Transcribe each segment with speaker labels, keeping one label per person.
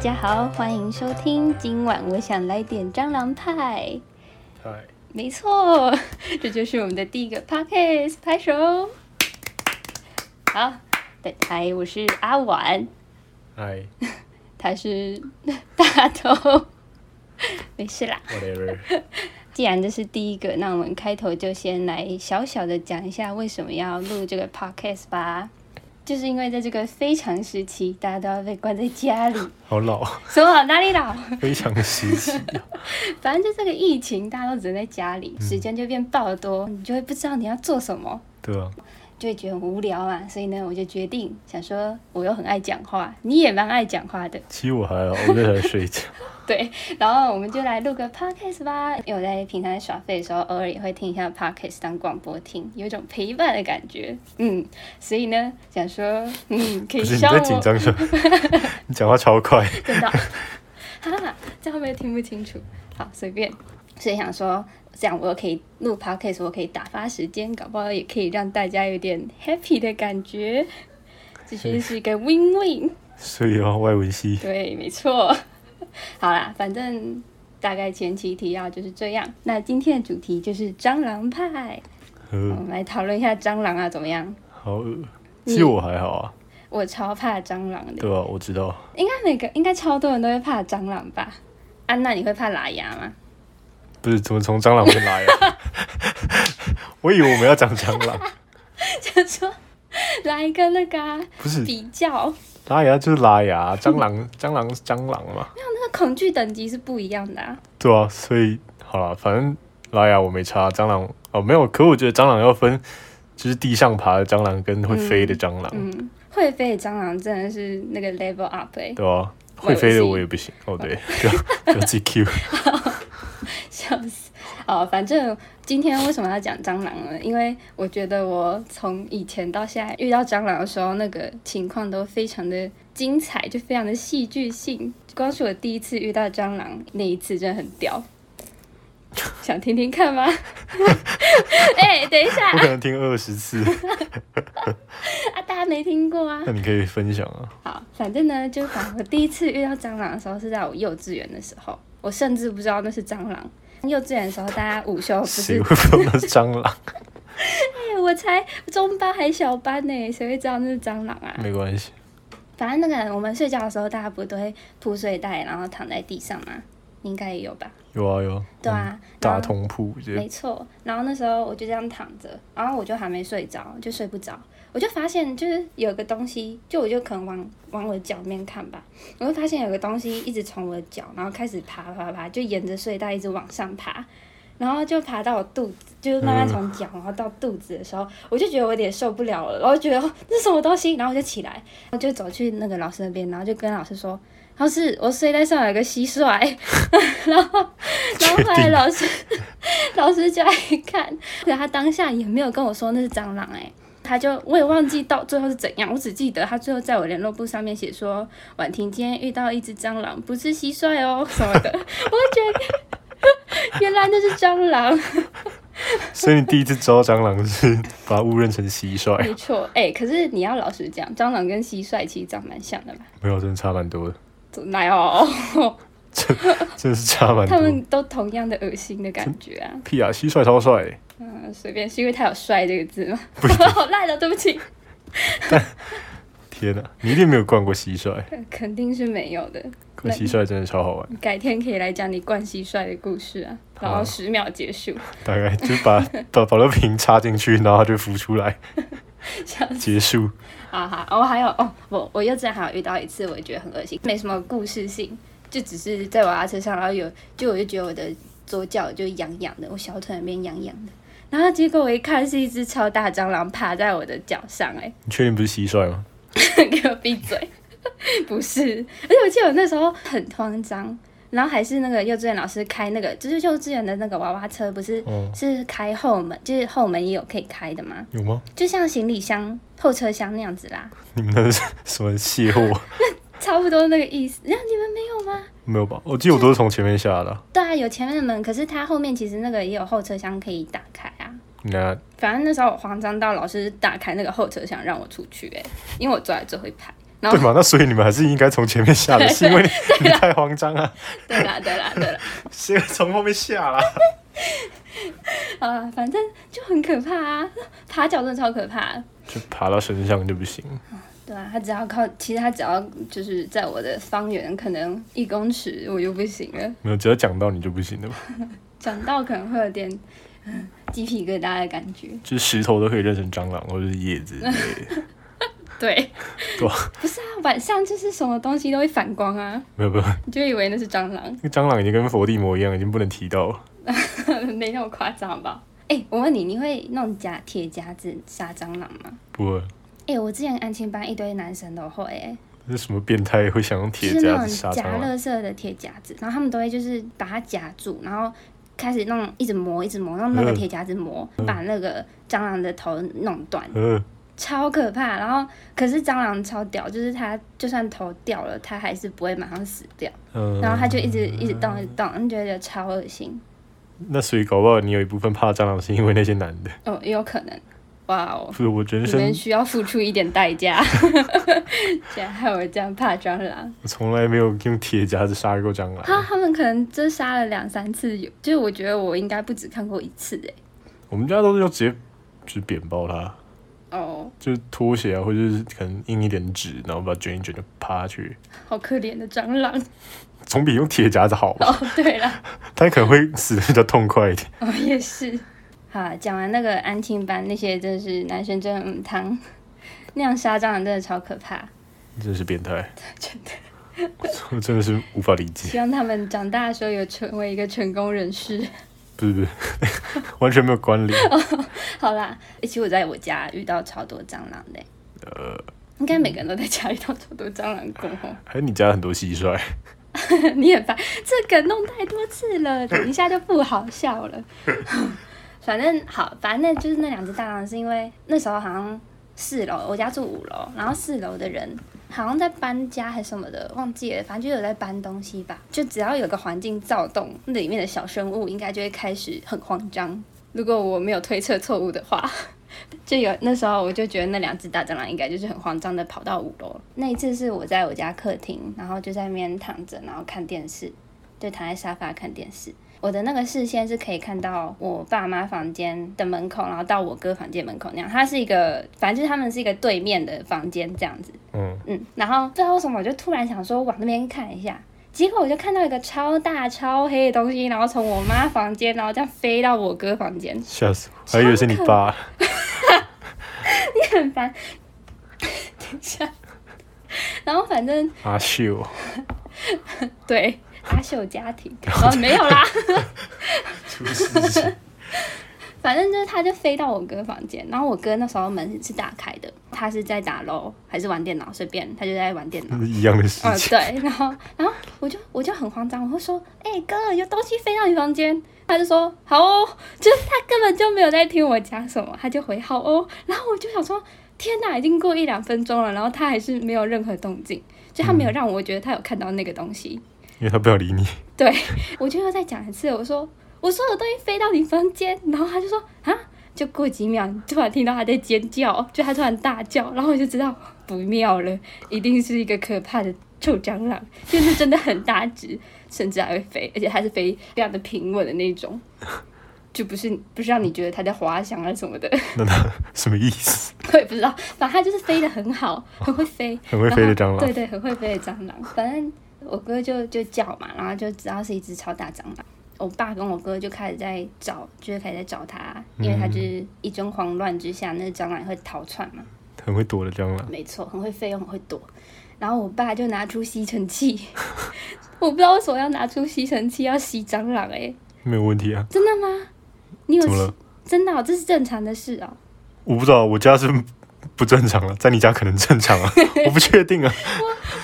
Speaker 1: 家好，欢迎收听。今晚我想来点蟑螂派。
Speaker 2: 嗨，
Speaker 1: 没错， 这就是我们的第一个 podcast，拍手。好，对，嗨，我是阿婉，
Speaker 2: 嗨
Speaker 1: 他是 大头， 没事啦。
Speaker 2: ，whatever，
Speaker 1: 既然这是第一个，那我们开头就先来小小的讲一下为什么要录这个 podcast 吧。就是因为在这个非常时期，大家都要被关在家里，
Speaker 2: 好老，啊
Speaker 1: 什么哪里老？
Speaker 2: 非常时期。
Speaker 1: 反正就这个疫情，大家都只能在家里，
Speaker 2: 嗯
Speaker 1: 时间就变爆多，你就会不知道你要做什么，
Speaker 2: 对啊，
Speaker 1: 就会觉得很无聊啊。所以呢，我就决定想说，我又很爱讲话，你也蛮爱讲话的，
Speaker 2: 其实我还好，我在才睡觉。
Speaker 1: 对。然后我们就来录个 podcast 吧，因为我在平常耍废的时候，偶尔也会听一下 podcast 当广播听，有一种陪伴的感觉。嗯，所以呢，想说，嗯，可以
Speaker 2: 不是你
Speaker 1: 笑
Speaker 2: 在紧
Speaker 1: 我，
Speaker 2: 张什么？ 你讲话超快。
Speaker 1: 真的， 哈，这样会不会听不清楚？好，随便。所以想说，这样我又可以录 podcast，我可以打发时间，搞不好也可以让大家有点 happy 的感觉。这确实是一个 win-win。
Speaker 2: 所以哦，外文系
Speaker 1: 对，没错。好啦，反正大概前期提要就是这样。那今天的主题就是蟑螂派，我
Speaker 2: 呃
Speaker 1: 们来讨论一下蟑螂啊，怎么样？
Speaker 2: 好恶。其实我还好啊，
Speaker 1: 我超怕蟑螂的，
Speaker 2: 对啊，我知道。
Speaker 1: 应该每个应该超多人都会怕蟑螂吧？安、娜，你会怕拉牙吗？
Speaker 2: 不是怎么从蟑螂变来啊？ 我以为我们要讲蟑螂，
Speaker 1: 就说来一个那个啊、
Speaker 2: 不是
Speaker 1: 比较，
Speaker 2: 拉牙就是拉牙，蟑螂蟑螂是蟑螂嘛，
Speaker 1: 那个恐惧等级是不一样的啊。
Speaker 2: 对啊，所以好了，反正拉牙我没差，蟑螂哦没有，可我觉得蟑螂要分，就是地上爬的蟑螂跟会飞的蟑螂，
Speaker 1: 嗯，会飞的蟑螂真的是那个 level up 哎、
Speaker 2: 对啊，
Speaker 1: 我也
Speaker 2: 会飞的
Speaker 1: 是
Speaker 2: 我也不行。哦，对，不要不要自己 Q。
Speaker 1: 笑死！哦，反正今天为什么要讲蟑螂呢？因为我觉得我从以前到现在遇到蟑螂的时候，那个情况都非常的精彩，就非常的戏剧性。光是我第一次遇到蟑螂那一次，真的很屌。想听听看吗？ 哎、等一下
Speaker 2: 我可能听二十次，
Speaker 1: 啊，大家没听过啊
Speaker 2: 那。你可以分享啊。
Speaker 1: 好，反正呢，就反正我第一次遇到蟑螂的时候是在我幼稚园的时候，我甚至不知道那是蟑螂。幼稚园的时候，大家午休不是
Speaker 2: 谁会不知道那是蟑螂？
Speaker 1: 哎我才中班还小班呢，谁会知道那是蟑螂啊？
Speaker 2: 没关系，
Speaker 1: 反正那个我们睡觉的时候，大家不都会铺睡袋，然后躺在地上吗？应该也有吧？
Speaker 2: 有啊有啊。
Speaker 1: 对啊，
Speaker 2: 嗯，
Speaker 1: 然
Speaker 2: 大
Speaker 1: 后
Speaker 2: 通铺就
Speaker 1: 没错，然后那时候我就这样躺着，然后我就还没睡着，就睡不着，我就发现就是有个东西，就我就可能往往我的脚面看吧，我就发现有个东西一直从我的脚，然后开始爬爬爬，就沿着睡袋一直往上爬，然后就爬到我肚子，就是慢慢从脚然后到肚子的时候，我就觉得我有点受不了了，然后觉得哦这是什么东西，然后我就起来，我就走去那个老师那边，然后就跟老师说。老师，我睡袋上有个蟋蟀， 然后，然后后
Speaker 2: 确
Speaker 1: 来
Speaker 2: 定
Speaker 1: 老师 老师就来看，可他当下也没有跟我说那是蟑螂哎、他就我也忘记到最后是怎样，我只记得他最后在我联络簿上面写说，婉婷今天遇到一只蟑螂，不是蟋蟀哦什么的， 我就觉得原来那是蟑螂，
Speaker 2: 所以你第一次知道蟑螂是把它误认成蟋蟀，
Speaker 1: 没错哎、可是你要老实讲，蟑螂跟蟋蟀其实长蛮像的吧？
Speaker 2: 没有，真的差蛮多的，
Speaker 1: 怎么哦？
Speaker 2: 真的是差蛮
Speaker 1: 他
Speaker 2: 多
Speaker 1: 们。都同样的恶心的感觉啊。
Speaker 2: 屁啊，蟋蟀超帅，
Speaker 1: 嗯，随便是因为它有“帅”这个字吗？
Speaker 2: 不 一定
Speaker 1: 好赖了，对不起，
Speaker 2: 天哪，啊你一定没有逛过蟋蟀，
Speaker 1: 肯定是没有的。
Speaker 2: 可蟋蟀真的超好玩。
Speaker 1: 改天可以来讲你灌蟋蟀的故事啊，
Speaker 2: 好啊
Speaker 1: 然后十秒结束，
Speaker 2: 大概就把把保乐瓶插进去，然后它就浮出来，
Speaker 1: 笑死！
Speaker 2: 结束。
Speaker 1: 好好，哦，还有哦，我我幼稚园还有遇到一次，我也觉得很恶心，没什么故事性，就只是在娃娃车上，然后有就我就觉得我的左脚就痒痒的，我小腿那边痒痒的，然后结果我一看是一只超大蟑螂爬在我的脚上、哎。
Speaker 2: 你确定不是蟋蟀吗？
Speaker 1: 给我闭嘴！不是，而且我记得我那时候很慌张，然后还是那个幼稚园老师开那个，就是幼稚园的那个娃娃车，不是、
Speaker 2: 哦，
Speaker 1: 是开后门，就是后门也有可以开的嘛，
Speaker 2: 有吗？
Speaker 1: 就像行李箱后车厢那样子啦，
Speaker 2: 你们那是什么卸货？
Speaker 1: 差不多那个意思。那你们没有吗？
Speaker 2: 没有吧？我记得我都是从前面下的啊。
Speaker 1: 对啊，有前面的门，可是它后面其实那个也有后车厢可以打开啊。
Speaker 2: 那
Speaker 1: 反正那时候我慌张到老师打开那个后车厢让我出去、欸，因为我坐在最后一排。然后
Speaker 2: 对嘛？那所以你们还是应该从前面下的，是因为你太慌张啊，
Speaker 1: 对啦对啦对啦，
Speaker 2: 谁会从后面下啦？
Speaker 1: 啊，反正就很可怕啊，爬脚真的超可怕啊的。
Speaker 2: 就爬到身上就不行。
Speaker 1: 对啊，他只要靠，其实他只要就是在我的方圆可能一公尺，我就不行了。
Speaker 2: 没有，只要讲到你就不行了吧？
Speaker 1: 讲到可能会有点嗯鸡皮疙瘩的感觉。
Speaker 2: 就是石头都可以认成蟑螂或者是叶子 之类的。
Speaker 1: 对，
Speaker 2: 对啊，
Speaker 1: 不是啊，晚上就是什么东西都会反光啊，
Speaker 2: 没有没有，
Speaker 1: 你就以为那是蟑螂，
Speaker 2: 那蟑螂已经跟佛地魔一样，已经不能提到了。
Speaker 1: 没那么夸张吧？哎、我问你，你会弄夹铁夹子杀蟑螂吗？
Speaker 2: 不会，
Speaker 1: 哎、我之前安亲班一堆男生都会、欸，
Speaker 2: 那什么变态会想用
Speaker 1: 就
Speaker 2: 铁
Speaker 1: 是那
Speaker 2: 夹
Speaker 1: 种
Speaker 2: 子杀
Speaker 1: 夹
Speaker 2: 蟑螂？
Speaker 1: 垃圾的铁夹子，然后他们都会就是把它夹住，然后开始弄一直磨一直磨，用那个
Speaker 2: 嗯
Speaker 1: 铁夹子磨，把那个蟑螂的头弄断，
Speaker 2: 呃，
Speaker 1: 超可怕。然后可是蟑螂超屌，就是它就算头掉了，它还是不会马上死掉。
Speaker 2: 嗯、
Speaker 1: 然后他就一直一直动，一直动，你就觉得超恶心。
Speaker 2: 那所以搞不好你有一部分怕蟑螂是因为那些男的。
Speaker 1: 哦，也有可能，哇哦
Speaker 2: 不，是我人
Speaker 1: 你们
Speaker 2: 生
Speaker 1: 需要付出一点代价， 竟然害我这样怕蟑螂。
Speaker 2: 我从来没有用铁夹子杀过蟑
Speaker 1: 他
Speaker 2: 螂。
Speaker 1: 他们可能就杀了两三次，有，就是我觉得我应该不止看过一次哎。
Speaker 2: 我们家都是要直接就是扁爆它，
Speaker 1: 哦，
Speaker 2: 就是拖鞋啊，或者是可能印一点纸，然后把它卷一卷就趴下去，
Speaker 1: 好可怜的蟑 螂。
Speaker 2: 总比用铁夹子好吧？
Speaker 1: 哦，对了，
Speaker 2: 它可能会死的比较痛快一点。
Speaker 1: 哦也是。好，讲完那个安亲班那些，真是男生真的很汤，那样杀蟑螂真的超可怕。
Speaker 2: 真是变态，
Speaker 1: 真的，
Speaker 2: 我真的是无法理解。
Speaker 1: 希望他们长大的时候有成为一个成功人士。
Speaker 2: 不是不是，完全没有关联。
Speaker 1: 好啦，欸其实我在我家遇到超多蟑螂的、呃，应该每个人都在家遇到超多蟑螂过哦。
Speaker 2: 还有你家很多蟋蟀，
Speaker 1: 你也烦，这个弄太多次了，等一下就不好笑了。 反正好，反正就是那两只大狼是因为那时候好像四楼，我家住五楼，然后四楼的人好像在搬家还是什么的，忘记了，反正就有在搬东西吧。就只要有个环境躁动，那里面的小生物应该就会开始很慌张。如果我没有推测错误的话，就有那时候我就觉得那两只大蟑螂应该就是很慌张的跑到五楼。那一次是我在我家客厅，然后就在那边躺着，然后看电视，就躺在沙发看电视。我的那个视线是可以看到我爸妈房间的门口，然后到我哥房间门口那样。它是一个，反正就是他们是一个对面的房间这样子。
Speaker 2: 嗯，
Speaker 1: 嗯，然后不知道为什么，我就突然想说往那边看一下，结果我就看到一个超大超黑的东西，然后从我妈房间，然后这样飞到我哥房间，
Speaker 2: 吓死我，还以为是你爸。
Speaker 1: 很烦。 等一下，然后反正
Speaker 2: 阿秀，
Speaker 1: 对阿秀家庭，哦没有啦，
Speaker 2: 出事情，
Speaker 1: 反正就是它就飞到我哥房间，然后我哥那时候门是打开的，他是在打喽还是玩电脑，随便，他就在玩电脑。
Speaker 2: 一样的事
Speaker 1: 嗯，
Speaker 2: 情。
Speaker 1: 对，然后然后我就我就很慌张，我会说，哎、哥，有东西飞到你房间，他就说好哦，就是他根本就没有在听我讲什么，他就回好哦，然后我就想说，天哪，已经过一两分钟了，然后他还是没有任何动静，就他没有
Speaker 2: 嗯
Speaker 1: 让我觉得他有看到那个东西，
Speaker 2: 因为他不想理你，
Speaker 1: 对我就又再讲一次，我说我说有东西飞到你房间，然后他就说啊，就过几秒，突然听到他在尖叫，就他突然大叫，然后我就知道不妙了，一定是一个可怕的臭蟑螂，就是真的很大只，甚至还会飞，而且它是飞非常的平稳的那种，就不是不是让你觉得它在滑翔啊什么的，
Speaker 2: 那他什么意思？
Speaker 1: 我也不知道，反正它就是飞得很好，很会飞，
Speaker 2: 很会飞的蟑
Speaker 1: 对
Speaker 2: 螂，
Speaker 1: 对，很会飞的蟑螂。反正我哥就就叫嘛，然后就知道是一只超大蟑螂。我爸跟我哥就开始在找，就是开始在找他，因为他就是一阵慌乱之下，那蟑螂也会逃窜嘛。
Speaker 2: 很会躲的蟑螂。
Speaker 1: 没错，很会飞，又很会躲。然后我爸就拿出吸尘器， 我不知道为什么要拿出吸尘器要吸蟑螂、欸，
Speaker 2: 没有问题啊，
Speaker 1: 真的吗？你有
Speaker 2: 怎么了
Speaker 1: 吸真的哦、这是正常的事哦、
Speaker 2: 我不知道，我家是不正常了，在你家可能正 常啊，我不确定啊，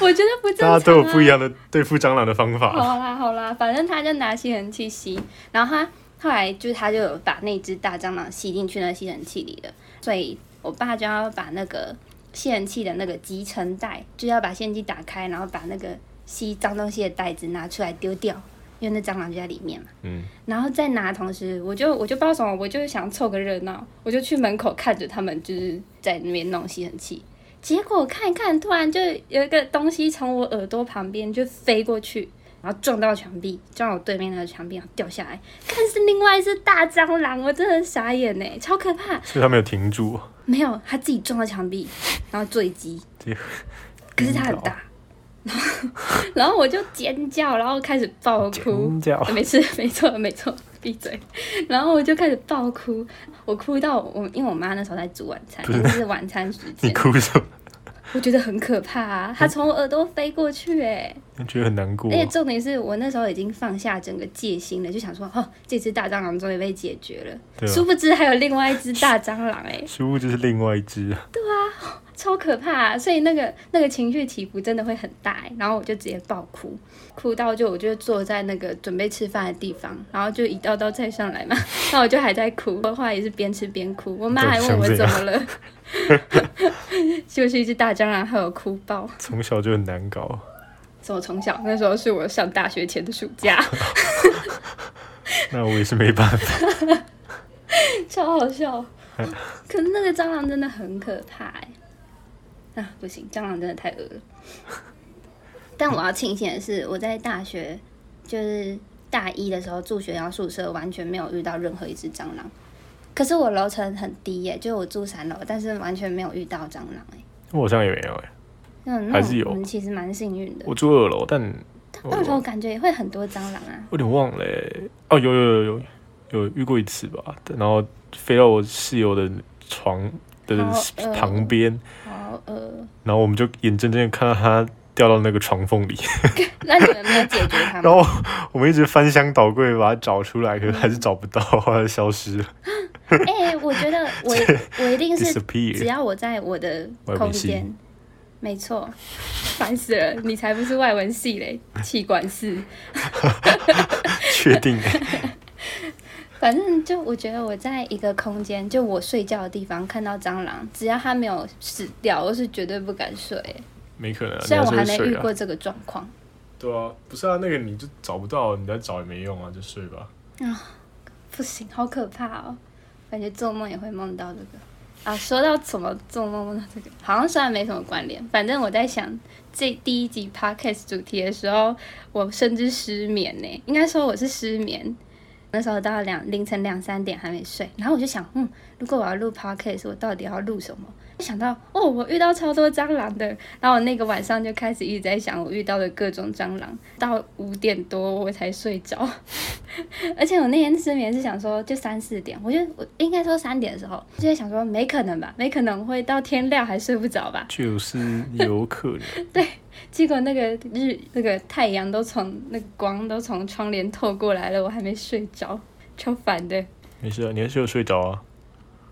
Speaker 1: 我觉得不正常、
Speaker 2: 大
Speaker 1: 啊。哦
Speaker 2: 家都有不一样的对付蟑螂的方法。
Speaker 1: 好啦好啦，反正他就拿吸尘器吸，然后他后来就是他就有把那只大蟑螂吸进去那吸尘器里了，所以我爸就要把那个吸尘器的那个集成袋，就要把吸尘器打开，然后把那个吸脏东西的袋子拿出来丢掉，因为那蟑螂就在里面嘛。
Speaker 2: 嗯，
Speaker 1: 然后再拿，同时我就我就不知道什么，我就想凑个热闹，我就去门口看着他们就是在那边弄吸尘器，结果看一看，突然就有一个东西从我耳朵旁边就飞过去，然后撞到墙壁，撞到我对面那个墙壁，然后掉下来，看是另外一只大蟑螂，我真的傻眼呢，超可怕。
Speaker 2: 所以他没有停住，
Speaker 1: 没有，它自己撞到墙壁，然后坠机
Speaker 2: 这。
Speaker 1: 可是它很大， 然后然后我就尖叫，然后开始爆 哭。哎
Speaker 2: 尖叫，
Speaker 1: 没事， 没错，没错，闭嘴。然后我就开始爆哭，我哭到我，因为我妈那时候在煮晚餐，
Speaker 2: 不是
Speaker 1: 那是晚餐时
Speaker 2: 你
Speaker 1: 间，
Speaker 2: 哭什么？
Speaker 1: 我觉得很可怕啊！它从我耳朵飞过去、欸，
Speaker 2: 你觉得很难过
Speaker 1: 而？且重点是我那时候已经放下整个戒心了，就想说，哦，这只大蟑螂终于被解决了。
Speaker 2: 对啊
Speaker 1: 殊不知还有另外一只大蟑螂、欸，
Speaker 2: 食物就是另外一只，
Speaker 1: 超可怕、啊，所以那个那个情绪起伏真的会很大、欸，然后我就直接爆哭，哭到就我就坐在那个准备吃饭的地方，然后就一道道菜上来嘛， 那我就还在哭，我后来也是边吃边哭，我妈还问我怎么了， 就是一只大蟑螂害我哭爆，
Speaker 2: 从小就很难搞。
Speaker 1: 所以我从小那时候是我上大学前的暑假，
Speaker 2: 那我也是没办法，
Speaker 1: 超好笑，可是那个蟑螂真的很可怕、欸，啊不行，蟑螂真的太恶了。但我要庆幸的是，我在大学就是大一的时候住学校宿舍，完全没有遇到任何一只蟑螂。可是我楼层很低耶、就是我住三楼，但是完全没有遇到蟑螂哎、
Speaker 2: 我好像也没有哎、
Speaker 1: 嗯，那
Speaker 2: 还是有
Speaker 1: 我们其实蛮幸运的。
Speaker 2: 我住二楼，但
Speaker 1: 但二楼感觉也会很多蟑螂啊，
Speaker 2: 我有点忘了、欸。哦，有有有有有遇过一次吧，然后飞到我室友的床的
Speaker 1: 好恶
Speaker 2: 旁边，
Speaker 1: 好呃，
Speaker 2: 然后我们就眼睁睁的看到它掉到那个床缝里，
Speaker 1: 那你们没有解决它
Speaker 2: 然
Speaker 1: 吗？
Speaker 2: 后我们一直翻箱倒柜把它找出来，可是还是找不到，它就消失了
Speaker 1: 哎、我觉得我我一定是只
Speaker 2: ，disappear。
Speaker 1: 要我在我的
Speaker 2: 外文
Speaker 1: 空
Speaker 2: 系
Speaker 1: 间，没错， 烦死了！你才不是外文系嘞，气管系。
Speaker 2: 确定、欸？
Speaker 1: 反正就我觉得我在一个空间，就我睡觉的地方看到蟑螂，只要它没有死掉，我是绝对不敢睡。
Speaker 2: 没可能、啊，
Speaker 1: 虽然我
Speaker 2: 你
Speaker 1: 还
Speaker 2: 还
Speaker 1: 没
Speaker 2: 是会
Speaker 1: 遇
Speaker 2: 睡啊。
Speaker 1: 过这个状况，
Speaker 2: 对啊，不是啊，那个你就找不到，你再找也没用啊，就睡吧。
Speaker 1: 不行，好可怕哦！感觉做梦也会梦到这个啊。说到什么做梦梦到这个，好像虽然没什么关联，反正我在想这第一集 podcast 主题的时候，我甚至失眠呢。应该说我是失眠，那时候到两凌晨两三点还没睡，然后我就想，嗯，如果我要录 podcast，我到底要录什么？就想到哦，我遇到超多蟑螂的，然后我那个晚上就开始一直在想我遇到的各种蟑螂，到五点多我才睡着。 而且我那天失眠是想说，就三四点，我就我应该说三点的时候，就在想说，没可能吧，没可能会到天亮还睡不着吧。
Speaker 2: 就是有可能，
Speaker 1: 结果那个日那个太阳都从那个光都从窗帘透过来了，我还没睡着，超烦的。
Speaker 2: 没事啊，你还是有睡着啊，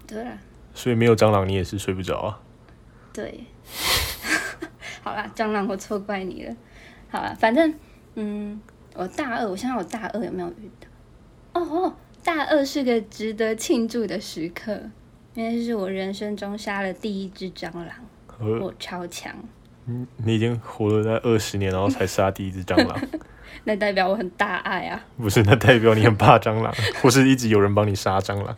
Speaker 1: 对啊，
Speaker 2: 所以没有蟑螂你也是睡不着啊。
Speaker 1: 对， 好啦，蟑螂，我错怪你了。好啦，反正嗯，我大二，我想想我大二有没有遇到？哦哦，大二是个值得庆祝的时刻，因为是我人生中杀了第一只蟑螂。
Speaker 2: 呃，
Speaker 1: 我超强，
Speaker 2: 你你已经活了那二十年，然后才杀第一只蟑螂，
Speaker 1: 那代表我很大爱啊！
Speaker 2: 不是？那代表你很怕蟑螂， 或是一直有人帮你杀蟑螂，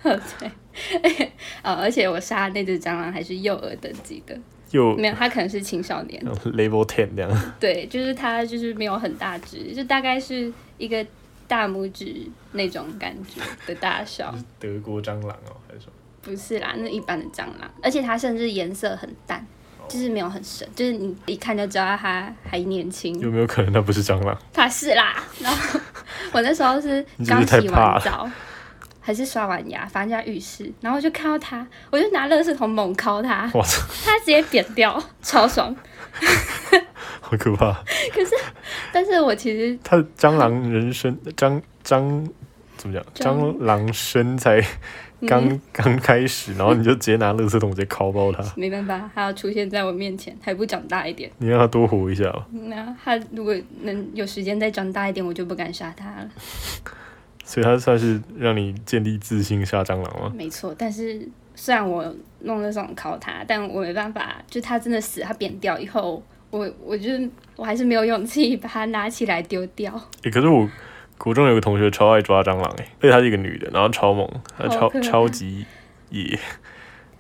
Speaker 1: 啊、 而且我杀的那只蟑螂还是幼儿等级的，
Speaker 2: 又
Speaker 1: 没有，它可能是青少年。
Speaker 2: 呃 level ten 这样，
Speaker 1: 对，就是它就是没有很大只，就大概是一个大拇指那种感觉的大 小，
Speaker 2: 德国蟑螂哦，还是什么？
Speaker 1: 不是啦，那一般的蟑螂，而且它甚至颜色很淡，
Speaker 2: 哦
Speaker 1: 就是没有很深，就是你一看就知道它还年轻。
Speaker 2: 有没有可能那不是蟑螂？
Speaker 1: 怕是啦。然后我那时候是
Speaker 2: 你真
Speaker 1: 刚
Speaker 2: 是太
Speaker 1: 洗完
Speaker 2: 怕了
Speaker 1: 澡，还是刷完牙，反正就在浴室，然后我就看到它，我就拿垃圾桶猛敲它，
Speaker 2: 哇操，
Speaker 1: 它直接扁掉，超爽。
Speaker 2: 好可怕！
Speaker 1: 但是我其实
Speaker 2: 它的蟑螂人生蟑蟑怎么讲？
Speaker 1: 蟑
Speaker 2: 蟑螂生才
Speaker 1: 嗯、
Speaker 2: 刚刚开始，然后你就直接拿垃圾桶直接敲爆它，
Speaker 1: 没办法，它要出现在我面前，还不长大一点。
Speaker 2: 你让它多活一下哦吧。
Speaker 1: 那它如果能有时间再长大一点，我就不敢杀它了。
Speaker 2: 所以它算是让你建立自信杀蟑螂吗？
Speaker 1: 没错，但是虽然我弄那种烤它，但我没办法，就它真的死，它扁掉以后，我我就是我还是没有勇气把它拿起来丢掉，
Speaker 2: 欸，可是我国中有个同学
Speaker 1: 哦
Speaker 2: 超爱抓蟑螂、欸，而且她是一个女的，然后超猛，
Speaker 1: 好
Speaker 2: 她超
Speaker 1: 可怕
Speaker 2: 超级野，
Speaker 1: 啊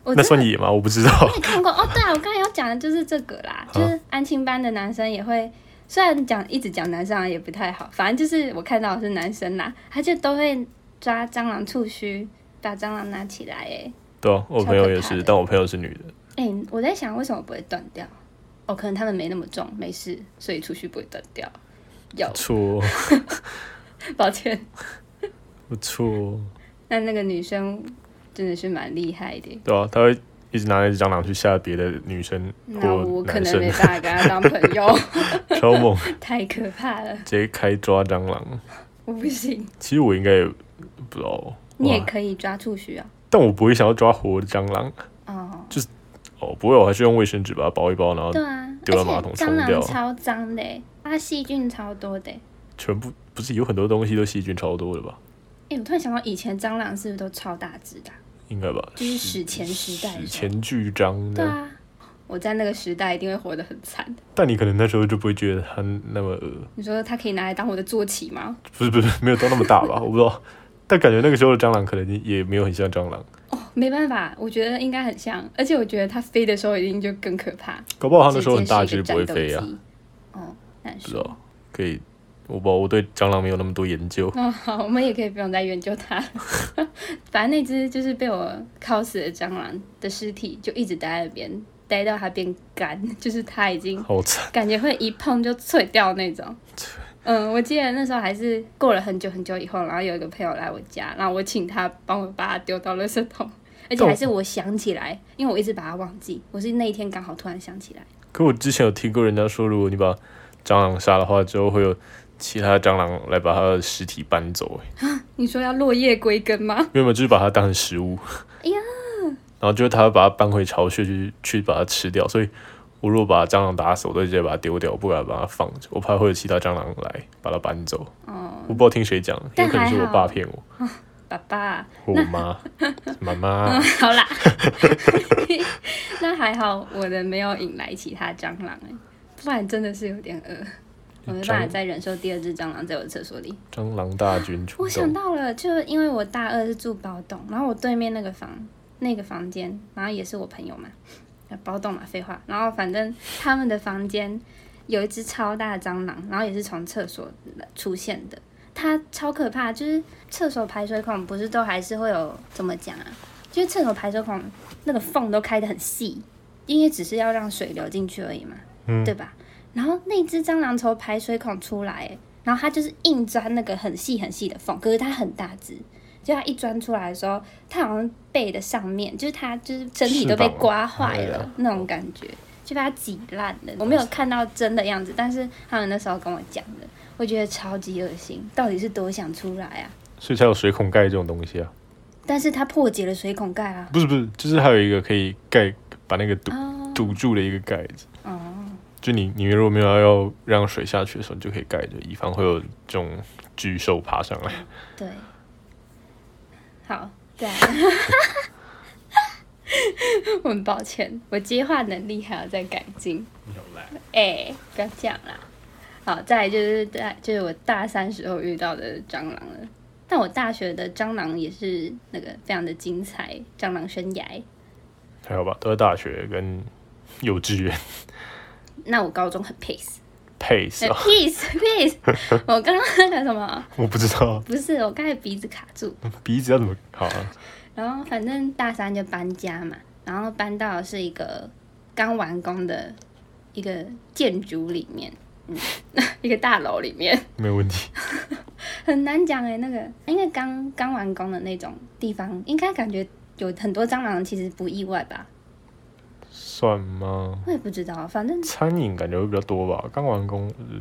Speaker 1: 我
Speaker 2: 那
Speaker 1: 真
Speaker 2: 算
Speaker 1: 的
Speaker 2: 野吗？我不知道。
Speaker 1: 没看过哦。对啊，我刚才要讲的就是这个啦，就是安亲班的男生也会，虽然讲一直讲男生啊也不太好，反正就是我看到的是男生啦，他就都会抓蟑螂触须，把蟑螂拿起来、欸。
Speaker 2: 对啊，我
Speaker 1: 超
Speaker 2: 朋友
Speaker 1: 可
Speaker 2: 也
Speaker 1: 怕
Speaker 2: 是，
Speaker 1: 的
Speaker 2: 但我朋友是女的。
Speaker 1: 哎、我在想为什么不会断掉？哦，可能他们没那么重，没事，所以触须不会断掉。 有
Speaker 2: 不，错，
Speaker 1: 抱歉，
Speaker 2: 不错，
Speaker 1: 那那个女生真的是蛮厉害的，
Speaker 2: 对啊，他会一直拿那只蟑螂去吓别的女生
Speaker 1: 那
Speaker 2: 或
Speaker 1: 我可
Speaker 2: 男
Speaker 1: 能没
Speaker 2: 生，
Speaker 1: 办法跟她当朋友，
Speaker 2: 超猛，
Speaker 1: 太可怕了，
Speaker 2: 直接开抓蟑螂。
Speaker 1: 我不行。
Speaker 2: 其实我应该也不知道，
Speaker 1: 你也
Speaker 2: 哇
Speaker 1: 可以抓触须啊。
Speaker 2: 但我不会想要抓活的蟑螂。
Speaker 1: 哦，
Speaker 2: 哦，不会，我还是用卫生纸把它包一包，然后
Speaker 1: 对啊，而
Speaker 2: 丢到
Speaker 1: 且
Speaker 2: 马桶
Speaker 1: 蟑
Speaker 2: 冲掉
Speaker 1: 螂超脏的欸，它细菌超多的欸。
Speaker 2: 全部不是有很多东西都细菌超多的吧？
Speaker 1: 哎、我突然想到，以前蟑螂是不是都超大只的啊、
Speaker 2: 应该吧？
Speaker 1: 就是史前时代的
Speaker 2: 史
Speaker 1: 时候。
Speaker 2: 前巨蟑
Speaker 1: 对
Speaker 2: 的，
Speaker 1: 啊，我在那个时代一定会活得很惨。
Speaker 2: 但你可能那时候就不会觉得它那么恶，
Speaker 1: 你说它可以拿来当我的坐骑吗？
Speaker 2: 不是不是，没有到那么大 吧？我不知道，但感觉那个时候的蟑螂可能也没有很像蟑螂，
Speaker 1: 哦没办法，我觉得应该很像，而且我觉得它飞的时候一定就更可怕。
Speaker 2: 搞不好
Speaker 1: 直
Speaker 2: 它哦那
Speaker 1: 接
Speaker 2: 时候很大
Speaker 1: 是
Speaker 2: 只
Speaker 1: 一个
Speaker 2: 不会
Speaker 1: 战斗
Speaker 2: 飞啊，
Speaker 1: 机。哦，难
Speaker 2: 不知道
Speaker 1: 说。。
Speaker 2: 可以，我不知道，我对蟑螂没有那么多研究。
Speaker 1: 那、哦好，我们也可以不用再研究它了。 反正那只就是被我烤死的蟑螂的尸体，就一直待在那边，待到它变干，就是它已经
Speaker 2: 好惨，
Speaker 1: 感觉会一碰就脆掉那种。嗯，我记得那时候还是过了很久很久以后，然后有一个朋友来我家，然后我请他帮我把它丢到垃圾桶，而且还是我想起来，因为我一直把它忘记，我是那一天刚好突然想起来。
Speaker 2: 可我之前有听过人家说，如果你把蟑螂杀的话，之后会有其他蟑螂来把它的尸体搬走、欸，
Speaker 1: 你说要落叶归根 吗？
Speaker 2: 没有没有，就是把它当成食物。
Speaker 1: 哎呀
Speaker 2: 然后就是它会把它搬回巢穴去去把它吃掉，所以。我如果把蟑螂打死，我都直接把它丢掉，我不敢把它放着，我怕会有其他蟑螂来把它搬走。
Speaker 1: 哦，
Speaker 2: 我不知道听谁讲，有
Speaker 1: 但
Speaker 2: 可能是
Speaker 1: 还
Speaker 2: 我
Speaker 1: 好
Speaker 2: 爸骗我，
Speaker 1: 爸爸，
Speaker 2: 或我妈、妈 妈。
Speaker 1: 好啦，那还好我的没有引来其他蟑螂、欸，不然真的是有点饿，我没办法
Speaker 2: 蟑
Speaker 1: 再忍受第二只蟑螂在我的厕所里。
Speaker 2: 蟑螂大军出
Speaker 1: 我想
Speaker 2: 动，
Speaker 1: 到了，就因为我大二是住包栋，然后我对面那个房那个房间，然后也是我朋友嘛，呃包栋嘛，废话。然后反正他们的房间有一只超大的蟑螂，然后也是从厕所出现的，它超可怕。就是厕所排水孔不是都还是会有怎么讲啊？就是厕所排水孔那个缝都开得很细，因为只是要让水流进去而已嘛，
Speaker 2: 嗯
Speaker 1: 对吧？然后那只蟑螂从排水孔出来，欸然后它就是硬钻那个很细很细的缝，可是它很大只，就它一钻出来的时候，它好像背的上面，就是它就是身体都被
Speaker 2: 翅膀
Speaker 1: 刮坏
Speaker 2: 哎
Speaker 1: 了
Speaker 2: 呀
Speaker 1: 那种感觉，就把它挤烂了。我没有看到真的样子，但是他们那时候跟我讲的，我觉得超级恶心，到底是多想出来啊？
Speaker 2: 所以才有水孔盖这种东西啊。
Speaker 1: 但是它破解了水孔盖啊，
Speaker 2: 不是不是，就是还有一个可以盖把那个堵
Speaker 1: 哦
Speaker 2: 堵住的一个盖子。
Speaker 1: 哦，
Speaker 2: 就你你如果没有要让水下去的时候，你就可以盖着，以防会有这种巨兽爬上来。
Speaker 1: 对，好，对、啊， 我很抱歉，我接话能力还要再改进。哎、不要这样啦。好，再来就是大，就是我大三时候遇到的蟑螂了。但我大学的蟑螂也是那个非常的精彩，蟑螂生涯。
Speaker 2: 还好吧，都在大学跟幼稚园
Speaker 1: 那我高中很 peace，
Speaker 2: 配死
Speaker 1: 哦
Speaker 2: 啊，
Speaker 1: peace peace，我 刚刚那个什么，
Speaker 2: 我不知道
Speaker 1: 不是我刚才鼻子卡住，
Speaker 2: 鼻子要怎么好啊？
Speaker 1: 然后反正大三就搬家嘛，然后搬到是一个刚完工的一个建筑里面，嗯， 一个大楼里面，
Speaker 2: 没有问题，
Speaker 1: 很难讲哎、那个应该刚刚完工的那种地方，应该感觉有很多蟑螂，其实不意外吧？
Speaker 2: 算吗？
Speaker 1: 我也不知道，反正
Speaker 2: 餐饮感觉会比较多吧，刚完工，呃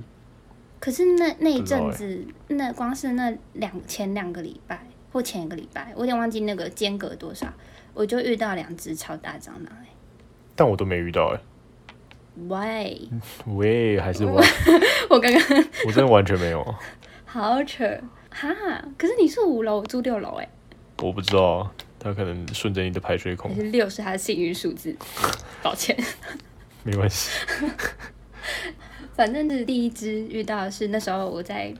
Speaker 1: 可是那那一
Speaker 2: 不知道
Speaker 1: 阵
Speaker 2: 欸
Speaker 1: 子，那光是那两前两个礼拜或前一个礼拜，我有点忘记那个间隔多少，我就遇到两只超大蟑螂哎、
Speaker 2: 但我都没遇到哎、
Speaker 1: 喂，
Speaker 2: 喂，还是 我，
Speaker 1: 我刚刚。
Speaker 2: 我真的完全没有，啊
Speaker 1: 好扯哈！可是你住五楼，我住六楼，哎，
Speaker 2: 我不知道啊，他可能顺着你的排水孔
Speaker 1: 还，是六是他的幸运数字， 抱歉。
Speaker 2: 没关 系，
Speaker 1: 反正是第一只遇到的是那时候我在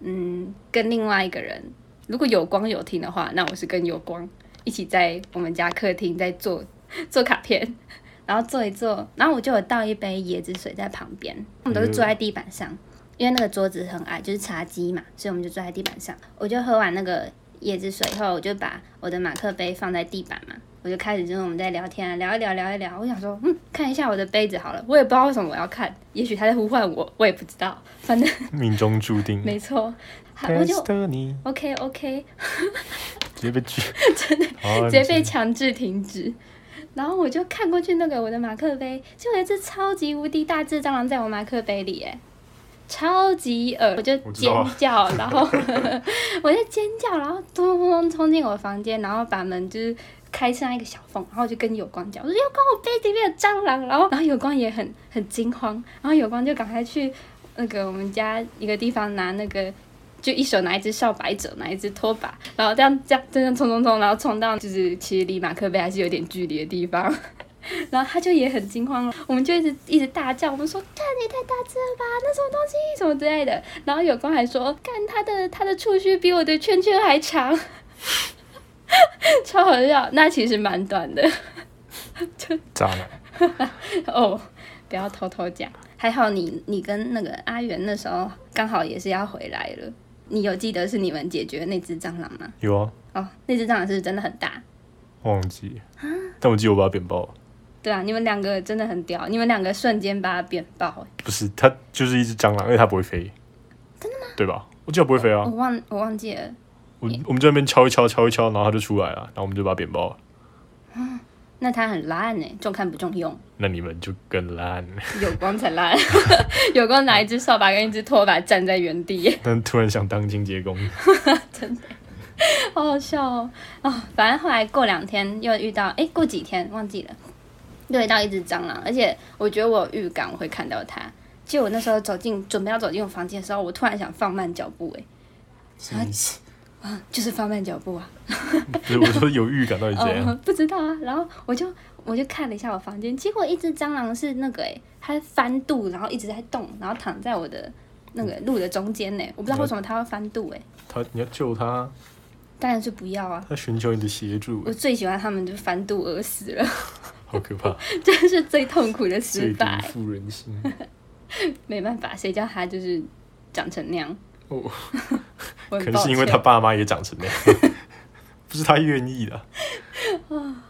Speaker 1: 嗯跟另外一个人，如果有光有听的话，那我是跟有光一起在我们家客厅在做做卡片， 然后做一做，然后我就有倒一杯椰子水在旁边，我们都是坐在地板上，因为那个桌子很矮，就是茶几嘛，所以我们就坐在地板上。我就喝完那个椰子水后，我就把我的马克杯放在地板嘛。我就开始就是我们在聊天啊，聊一聊，聊一聊。我想说，嗯，看一下我的杯子好了。我也不知道为什么我要看，也许他在呼唤我，我也不知道。反正
Speaker 2: 命中注定。
Speaker 1: 没错，好我就
Speaker 2: Destiny
Speaker 1: OK OK，
Speaker 2: 直接被 拒，啊真的，
Speaker 1: 直接被强制停止。然后我就看过去那个我的马克杯，就有一只超级无敌大只蟑螂在我马克杯里，哎，超级恶，我就
Speaker 2: 我知
Speaker 1: 尖
Speaker 2: 道
Speaker 1: 叫，然后我就尖叫，然后咚咚咚冲进我房间，然后把门就是开上一个小缝，然后我就跟有光讲，我说有光，我杯子里面有蟑螂，然后然后有光也很很惊慌，然后有光就赶快去那个我们家一个地方拿那个。就一手拿一只扫把，一手拿一只拖把，然后这样这样这样冲冲冲，然后冲到就是其实离马克杯还是有点距离的地方，然后他就也很惊慌了，我们就一直一直大叫，我们说干你也太大只了吧，那什么东西什么之类的，然后有光还说哦干他的他的触须比我的圈圈还长， 超好笑，那其实蛮短的
Speaker 2: 渣男，
Speaker 1: 哦，不要偷偷讲，还好你你跟那个阿元那时候刚好也是要回来了，你有记得是你们解决那只蟑螂吗？
Speaker 2: 有啊，
Speaker 1: 哦，那只蟑螂是真的很大，
Speaker 2: 忘记，
Speaker 1: 啊
Speaker 2: 但我记得我把他扁爆了，
Speaker 1: 对啊，你们两个真的很屌，你们两个瞬间把它扁爆、
Speaker 2: 不是，它就是一只蟑螂，而且它不会飞，真的吗？对吧？我记得不会飞啊
Speaker 1: 我，忘我忘记了，
Speaker 2: 我我们在那边敲一敲，敲一敲，然后它就出来了，然后我们就把它扁爆了。
Speaker 1: 那它很烂呢、重看不重用，
Speaker 2: 那你们就更烂，
Speaker 1: 有光才烂，有光拿一只扫把跟一只拖把站在原地、
Speaker 2: 但突然想当清洁工，
Speaker 1: 好好笑哦！哦，反正后来过两天又遇到，哎，过几天忘记了，又遇到一只蟑螂，而且我觉得我有预感我会看到它。就我那时候走进准备要走进我房间的时候，我突然想放慢脚步、
Speaker 2: 什么意思？
Speaker 1: 哎，就是放慢脚步啊，
Speaker 2: 不是，我说有预感到底怎 样？
Speaker 1: 嗯，不知道啊。然后我就我就看了一下我房间，结果一只蟑螂是那个哎、它翻肚，然后一直在动，然后躺在我的那个路的中间呢、我不知道为什么它会翻肚哎、
Speaker 2: 他你要救他，
Speaker 1: 当然是不要啊。
Speaker 2: 他寻求你的协助
Speaker 1: 我，最喜欢它们就翻肚而死了，
Speaker 2: 好可怕，
Speaker 1: 这是最痛苦的
Speaker 2: 最
Speaker 1: 失
Speaker 2: 毒
Speaker 1: 败。
Speaker 2: 妇人心。
Speaker 1: 没办法，谁叫它就是长成那样。
Speaker 2: 哦，
Speaker 1: 我很
Speaker 2: 可
Speaker 1: 抱
Speaker 2: 能是因为他
Speaker 1: 歉
Speaker 2: 爸妈也长成那样， 不是他愿意的。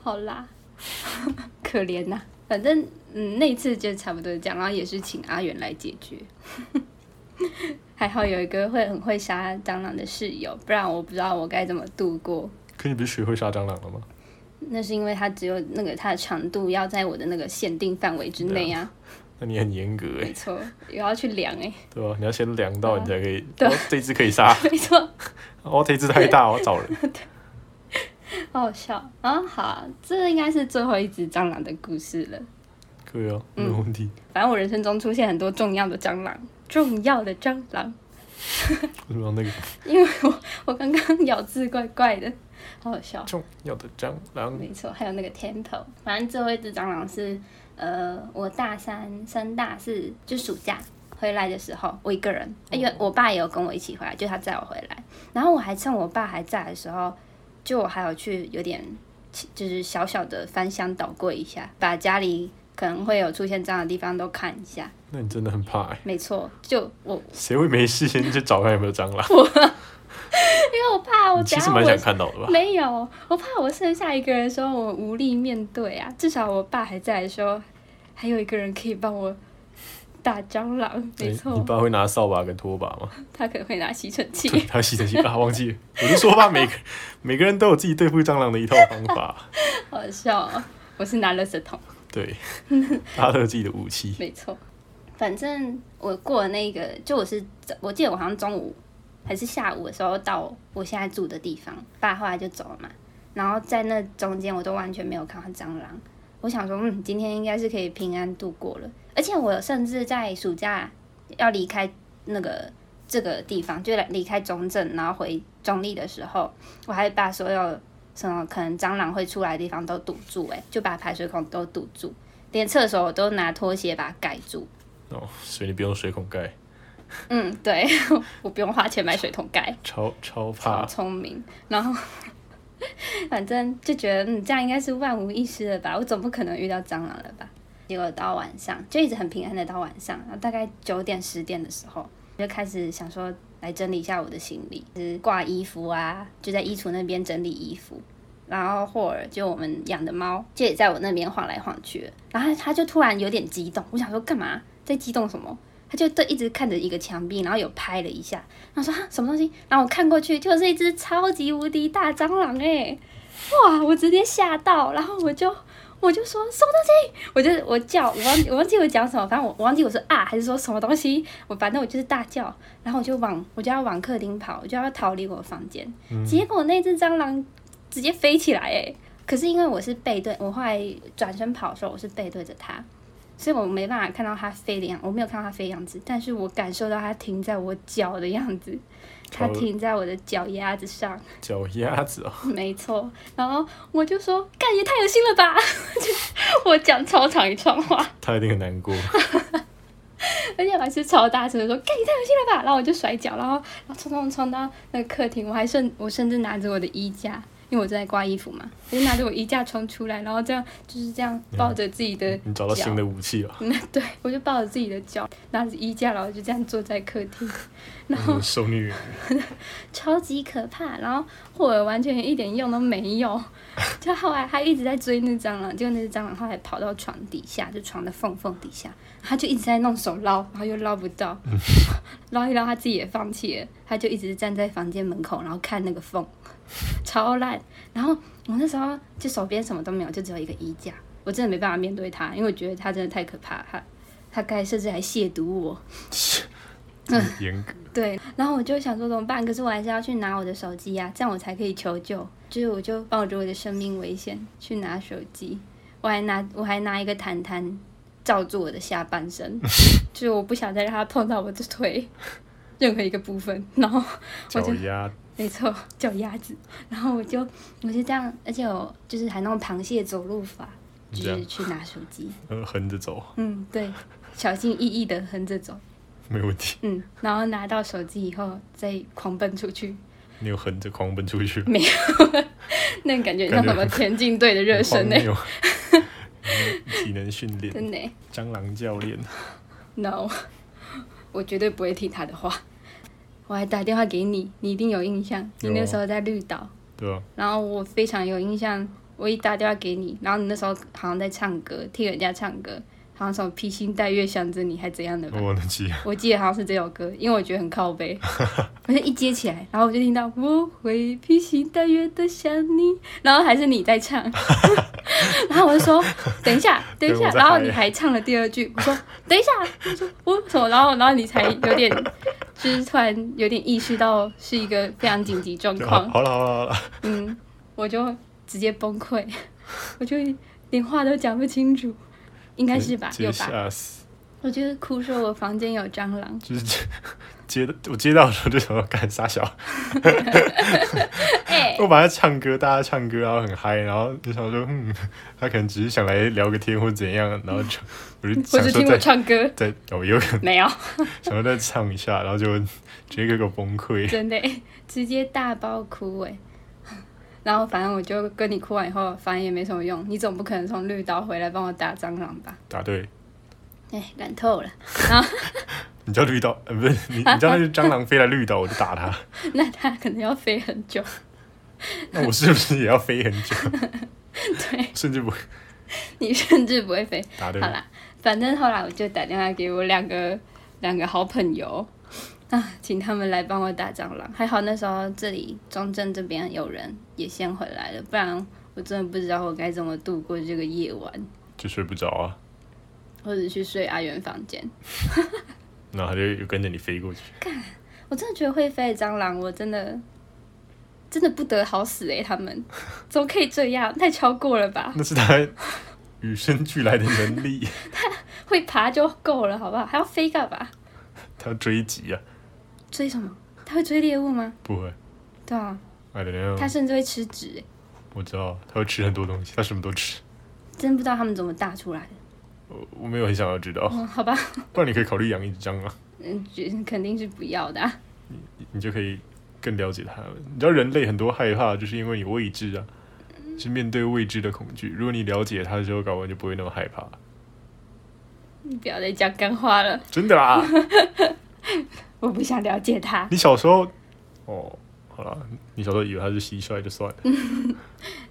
Speaker 1: 好啦， 可怜呐、反正嗯，那一次就差不多这样，然后也是请阿元来解决。 还好有一个会很会杀蟑螂的室友，不然我不知道我该怎么度过。
Speaker 2: 可你不是学会杀蟑螂了吗？
Speaker 1: 那是因为它只有那个它的长度要在我的那个限定范围之内啊，
Speaker 2: 那你很严格哎、
Speaker 1: 没错，也要去量哎、
Speaker 2: 对吧？你要先量
Speaker 1: 对
Speaker 2: 到
Speaker 1: 啊
Speaker 2: 你才可以。
Speaker 1: 对
Speaker 2: 哦，这只可以杀。
Speaker 1: 没错，
Speaker 2: 哦，这只太大，我要找人。
Speaker 1: 好好笑啊！好啊这应该是最后一只蟑螂的故事了。
Speaker 2: 可以啊，没
Speaker 1: 嗯
Speaker 2: 有问题。
Speaker 1: 反正我人生中出现很多重要的蟑螂，重要的蟑螂。
Speaker 2: 为什么要 那个
Speaker 1: 因为我我刚刚咬字怪怪的，好好笑。
Speaker 2: 重要的蟑螂？
Speaker 1: 没错，还有那个 tempo，反正最后一只蟑螂是，呃，我大三升大四就暑假回来的时候，我一个人，哎因为我爸也有跟我一起回来，就他载我回来，然后我还趁我爸还在的时候，就我还有去有点就是小小的翻箱倒柜一下，把家里可能会有出现蟑螂的地方都看一下。
Speaker 2: 那你真的很怕哎、
Speaker 1: 没错，就我
Speaker 2: 谁会没事先去找看有没有蟑螂？
Speaker 1: 因为我怕我
Speaker 2: 你
Speaker 1: 等
Speaker 2: 其
Speaker 1: 一
Speaker 2: 实
Speaker 1: 下
Speaker 2: 蛮
Speaker 1: 我
Speaker 2: 想看到的吧？
Speaker 1: 没有，我怕我剩下一个人的时候，我无力面对啊。至少我爸还在的时候，还有一个人可以帮我打蟑螂。没
Speaker 2: 哎你
Speaker 1: 错
Speaker 2: 你，爸会拿扫把跟拖把吗？
Speaker 1: 他可能会拿吸尘器。
Speaker 2: 对，他吸尘器啊，忘记了。我就说吧，每个每个人都有自己对付蟑螂的一套方法。
Speaker 1: 好笑、哦，我是拿垃圾桶。
Speaker 2: 对，大家都有自己的武器。
Speaker 1: 没错，反正我过了那个，就我是我记得我好像中午还是下午的时候到我现在住的地方，爸后来就走了嘛。然后在那中间，我都完全没有看到蟑螂。我想说，嗯，今天应该是可以平安度过了。而且我甚至在暑假要离开那个这个地方，就离开中正，然后回中立的时候，我还把所有什么可能蟑螂会出来的地方都堵住、欸，就把排水孔都堵住。连厕所我都拿拖鞋把它盖住。
Speaker 2: 哦，所以你不用水桶盖，
Speaker 1: 嗯， 对，我不用花钱买水桶盖，
Speaker 2: 超
Speaker 1: 超
Speaker 2: 超怕。
Speaker 1: 聪明。然后 反正就觉得嗯，这样应该是万无一失了吧？我总不可能遇到蟑螂了吧？结果到晚上就一直很平安的到晚上，然后大概九点十点的时候，就开始想说来整理一下我的行李，就是挂衣服啊，就在衣橱那边整理衣服。然后霍尔就我们养的猫，就也在我那边晃来晃去的，然后它它就突然有点激动，我想说干嘛在激动什么？它就对一直看着一个墙壁，然后有拍了一下，然后说啊什么东西？然后我看过去就是一只超级无敌大蟑螂哎、哇！我直接吓到，然后我就我就说什么东西？我就我叫，我忘我忘记我讲什么，反正我我忘记我是啊还是说什么东西，我反正我就是大叫，然后我就往我就要往客厅跑，我就要逃离我房间，结果那只蟑螂直接飞起来哎、可是因为我是背对，我后来转身跑的时候我是背对着它，所以我没办法看到它飞的样，我没有看到它飞的样子，但是我感受到它停在我脚的样子，它
Speaker 2: 超
Speaker 1: 停在我的脚丫子上。
Speaker 2: 脚丫子啊，
Speaker 1: 没错，然后我就说，干也太恶心了吧！ 就我讲超长一串话，
Speaker 2: 他一定很难过。
Speaker 1: 而且我还是超大声的说，干也太恶心了吧！然后我就甩脚，然后然后冲冲冲到那个客厅，我还甚我甚至拿着我的衣架，因为我正在挂衣服嘛，我就拿着我衣架冲出来，然后这样就是这样抱着自己的
Speaker 2: 嗯你找到新的武器哦了，
Speaker 1: 嗯，对我就抱着自己的脚，拿着衣架，然后就这样坐在客厅，然后
Speaker 2: 嗯受虐。
Speaker 1: 超级可怕，然后霍尔完全一点用都没有。 就后来他一直在追那只蟑螂，结果那只蟑螂后来跑到床底下，就床的缝缝底下，他就一直在弄手捞，然后又捞不到， 捞一捞他自己也放弃了，他就一直站在房间门口，然后看那个缝，超烂。然后我那时候就手边什么都没有，就只有一个衣架，我真的没办法面对他，因为我觉得他真的太可怕了，他他该甚至还亵渎我。嗯
Speaker 2: 严格，
Speaker 1: 对，然后我就想说怎么办？可是我还是要去拿我的手机呀、这样我才可以求救。就是我就冒着我的生命危险去拿手机，我还拿我还拿一个弹弹罩住我的下半 身，就是我不想再让它碰到我的腿 任何一个部分。然后我
Speaker 2: 脚
Speaker 1: 就
Speaker 2: 丫
Speaker 1: 没错，叫鸭子。然后我就我就这样，而且我就是还弄螃蟹走路法，就
Speaker 2: 这样
Speaker 1: 是去拿手机。
Speaker 2: 呃横着走
Speaker 1: 嗯，对，小心翼翼的横着走。
Speaker 2: 没问题。
Speaker 1: 嗯，然后拿到手机以后再狂奔出 去，
Speaker 2: 你有横着狂奔出去吗，
Speaker 1: 那感觉像什么
Speaker 2: 感
Speaker 1: 田径队的热身呢、
Speaker 2: 很荒谬体能训练，
Speaker 1: 真的欸、
Speaker 2: 蟑螂教练，
Speaker 1: No，我绝对不会听他的话。我还打电话给你，你一定有印象，你那
Speaker 2: 有
Speaker 1: 时候在绿岛，
Speaker 2: 对吧？
Speaker 1: 然后我非常有印象，我一打电话给你，然后你那时候好像在唱歌，听人家唱歌，好像什么披星戴月想着你还怎样的吧
Speaker 2: 我？忘记了，
Speaker 1: 我记得好像是这首歌，因为我觉得很靠背， 我就一接起来，然后我就听到我会披星戴月的想你，然后还是你在唱， 然后我就说等一下，等一
Speaker 2: 对
Speaker 1: 下
Speaker 2: 我，在
Speaker 1: 然后
Speaker 2: 嗨
Speaker 1: 你还唱了第二句，我说等一下，我说我什么，然后然后你才有点就是突然有点意识到是一个非常紧急状
Speaker 2: 就好
Speaker 1: 况，
Speaker 2: 好了好了好了，
Speaker 1: 嗯，我就直接崩溃， 我就连话都讲不清楚，应该是吧，
Speaker 2: 直
Speaker 1: 有
Speaker 2: 接
Speaker 1: 吧？
Speaker 2: 吓死，
Speaker 1: 我就哭说我房间有蟑螂。
Speaker 2: 就是接接到我接到的时候就想要干傻小，
Speaker 1: 哎、
Speaker 2: 我把他唱歌，大家唱歌，然后很嗨，然后就想说，嗯，他可能只是想来聊个天或怎样，然后 就我就
Speaker 1: 或
Speaker 2: 想
Speaker 1: 是
Speaker 2: 说
Speaker 1: 听我
Speaker 2: 再
Speaker 1: 唱 歌，
Speaker 2: 再哦，有可能
Speaker 1: 没有，
Speaker 2: 想说再唱一下，然后就直接给我崩溃，
Speaker 1: 真的欸直接大爆哭哎。然后反正我就跟你哭完以后，反正也没什么用，你总不可能从绿岛回来帮我打蟑螂吧？
Speaker 2: 答对。
Speaker 1: 哎，懒透了。
Speaker 2: 你知道绿岛，呃， 不是你，你知道那只蟑螂飞来绿岛，我就打它。
Speaker 1: 那它可能要飞很 久。
Speaker 2: 那我是不是也要飞很久？
Speaker 1: 对
Speaker 2: 甚至不会
Speaker 1: 你甚至不会飞。
Speaker 2: 答对
Speaker 1: 好。啦，反正后来我就打电话给我两个两个好朋友啊，请他们来帮我打蟑螂。还好那时候这里中正这边有人也先回来了，不然我真的不知道我该怎么度过这个夜晚，
Speaker 2: 就睡不着啊，
Speaker 1: 或者去睡阿元房间。
Speaker 2: 然后它就又跟着你飞过去。
Speaker 1: 我真的觉得会飞的蟑螂，我真的真的不得好死诶、他们怎么可以这样？太超过了吧？
Speaker 2: 那是它与生俱来的能力，
Speaker 1: 会爬就够了，好不好？还要飞干嘛？
Speaker 2: 它要追击啊，
Speaker 1: 追什么？它会追猎物吗？
Speaker 2: 不会。
Speaker 1: 对啊，
Speaker 2: I don't
Speaker 1: 它
Speaker 2: know，
Speaker 1: 甚至会吃纸欸诶、
Speaker 2: 我知道它会吃很多东西，它什么都吃。
Speaker 1: 真不知道他们怎么打出来的。
Speaker 2: 我我没有很想要知道，
Speaker 1: 嗯，好吧，
Speaker 2: 不然你可以考虑养一只蟑螂，
Speaker 1: 嗯，觉肯定是不要的啊、
Speaker 2: 你你就可以更了解它们。你知道人类很多害怕，就是因为你未知啊，
Speaker 1: 嗯
Speaker 2: 是面对未知的恐惧。如果你了解它之后，搞完就不会那么害怕。
Speaker 1: 你不要再讲干话了，
Speaker 2: 真的啦，
Speaker 1: 我不想了解他。
Speaker 2: 你小时候哦，好了，你小时候以为它是蟋蟀就算了。
Speaker 1: 嗯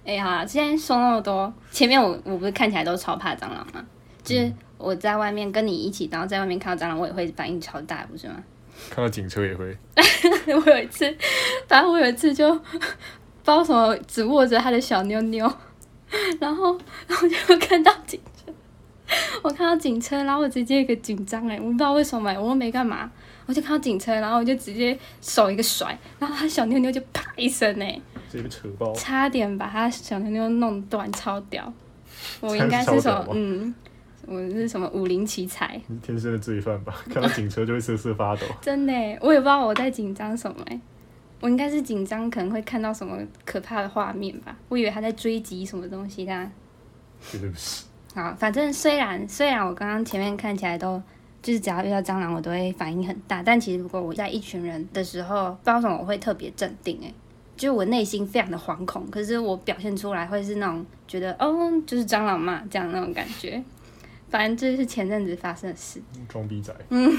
Speaker 1: 哎、呀，好啦今天说那么多，前面我我不是看起来都超怕蟑螂吗？就是我在外面跟你一起，然后在外面看到蟑螂，我也会反应超大，不是吗？
Speaker 2: 看到警车也会，
Speaker 1: 我有一次，反正我有一次就 不知道什么，只握着他的小妞妞，然后然后就看到警车，我看到警车，然后我直接一个紧张哎、我不知道为什么、欸，我又没干嘛，我就看到警车，然后我就直接手一个甩，然后他小妞妞就啪一声哎、
Speaker 2: 这被扯爆。
Speaker 1: 差点把他小妞妞弄断，超 屌！我
Speaker 2: 差点
Speaker 1: 应该是
Speaker 2: 超
Speaker 1: 什
Speaker 2: 屌
Speaker 1: 么
Speaker 2: 吗？
Speaker 1: 嗯，我是什么武林奇才？
Speaker 2: 你是天生的罪犯吧？
Speaker 1: 嗯
Speaker 2: 看到警车就会瑟瑟 发抖。
Speaker 1: 真的耶，我也不知道我在紧张什么耶我应该是紧张，可能会看到什么可怕的画面吧。我以为他在追击什么东西的啊。
Speaker 2: 绝对不是。
Speaker 1: 好，反正虽然虽然我刚刚前面看起来都就是只要遇到蟑螂我都会反应很大，但其实如果我在一群人的时候，不知道为什么我会特别镇定、欸，就是我内心非常的惶恐，可是我表现出来会是那种觉得哦就是蟑螂嘛这样那种感觉。反正这是前阵子发生的事，
Speaker 2: 装逼仔，
Speaker 1: 嗯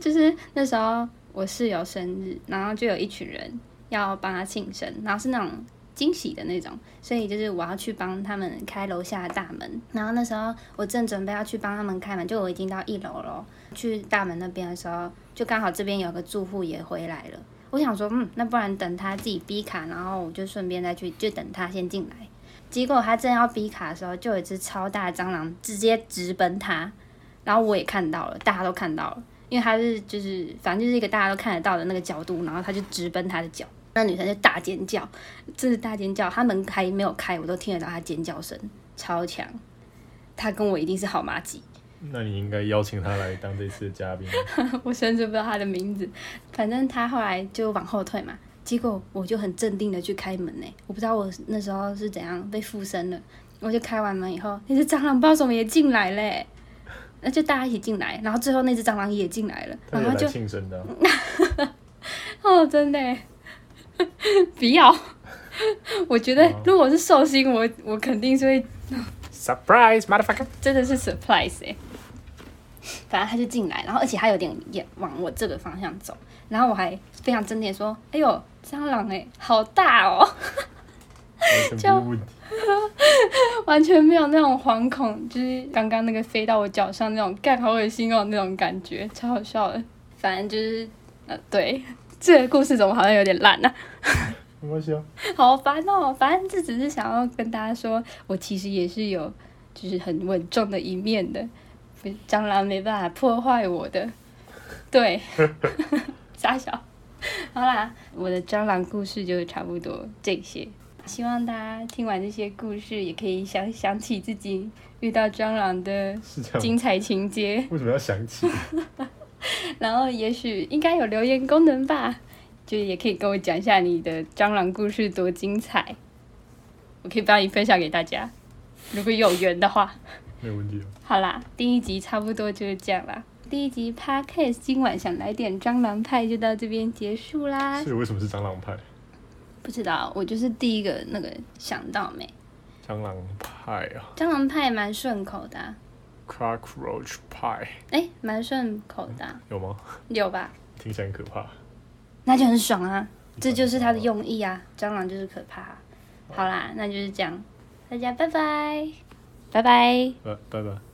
Speaker 1: 就是那时候我室友生日，然后就有一群人要帮他庆生，然后是那种惊喜的那种，所以就是我要去帮他们开楼下的大门。然后那时候我正准备要去帮他们开门，就我已经到一楼了，去大门那边的时候，就刚好这边有个住户也回来了。我想说，嗯，那不然等他自己逼卡，然后我就顺便再去，就等他先进来。结果他正要逼卡的时候，就有一只超大的蟑螂直接直奔他，然后我也看到了，大家都看到了。因为他是就是反正就是一个大家都看得到的那个角度，然后他就直奔他的脚，那女生就大尖叫，真是大尖叫，她门还没有开，我都听得到她尖叫声，超强。她跟我一定是好妈鸡，
Speaker 2: 那你应该邀请他来当这次的嘉宾。 啊
Speaker 1: 我甚至不知道她的名字，反正她后来就往后退嘛。结果我就很镇定的去开门呢、欸我不知道我那时候是怎样被附身了。我就开完门以后，那只蟑螂不知道怎么也进来嘞、那就大家一起进来，然后最后那只蟑螂也进来了，
Speaker 2: 他
Speaker 1: 然
Speaker 2: 也
Speaker 1: 后
Speaker 2: 来
Speaker 1: 就嗯
Speaker 2: 庆生的啊、
Speaker 1: 哦，真的耶，不要！ 我觉得如果是寿星，我我肯定是会
Speaker 2: s u r p r i s e motherfucker！
Speaker 1: 真的是 surprise 哎、反正他就进来，然后而且他有点也往我这个方向走，然后我还非常镇定地说：“哎呦，蟑螂哎、好大哦！”
Speaker 2: 完全不是问题。
Speaker 1: 完全没有那种惶恐，就是刚刚那个飞到我脚上那种，干好恶心哦那种感觉，超好笑的。反正就是呃，对，这个故事怎么好像有点烂啊？
Speaker 2: 没关系啊，
Speaker 1: 好烦哦！反正这只是想要跟大家说，我其实也是有就是很稳重的一面的，不蟑螂没办法破坏我的。对， 傻小。好啦，我的蟑螂故事就差不多这些。希望大家听完这些故事，也可以想想起自己遇到蟑螂的
Speaker 2: 是这样。
Speaker 1: 精彩情节。
Speaker 2: 为什么要想起？
Speaker 1: 然后也许应该有留言功能吧，就也可以跟我讲一下你的蟑螂故事多精彩，我可以帮你分享给大家，如果有缘的话。
Speaker 2: 没有问题啊。
Speaker 1: 好啦，第一集差不多就是这样啦。第一集 podcast 今晚想来点蟑螂派就到这边结束啦。
Speaker 2: 所以为什么是蟑螂派？
Speaker 1: 不知道，我就是第一个那个想到没，
Speaker 2: 蟑螂派啊
Speaker 1: 蟑螂派蛮顺口的、啊，
Speaker 2: ，cockroach 派
Speaker 1: 哎，蛮顺口的啊、
Speaker 2: 有吗？
Speaker 1: 有吧？
Speaker 2: 听起来很可怕。
Speaker 1: 那就很爽啊！这就是它的用意啊，蟑螂就是可怕啊、好啦，那就是这样，大家拜拜，拜拜。
Speaker 2: 呃，拜拜。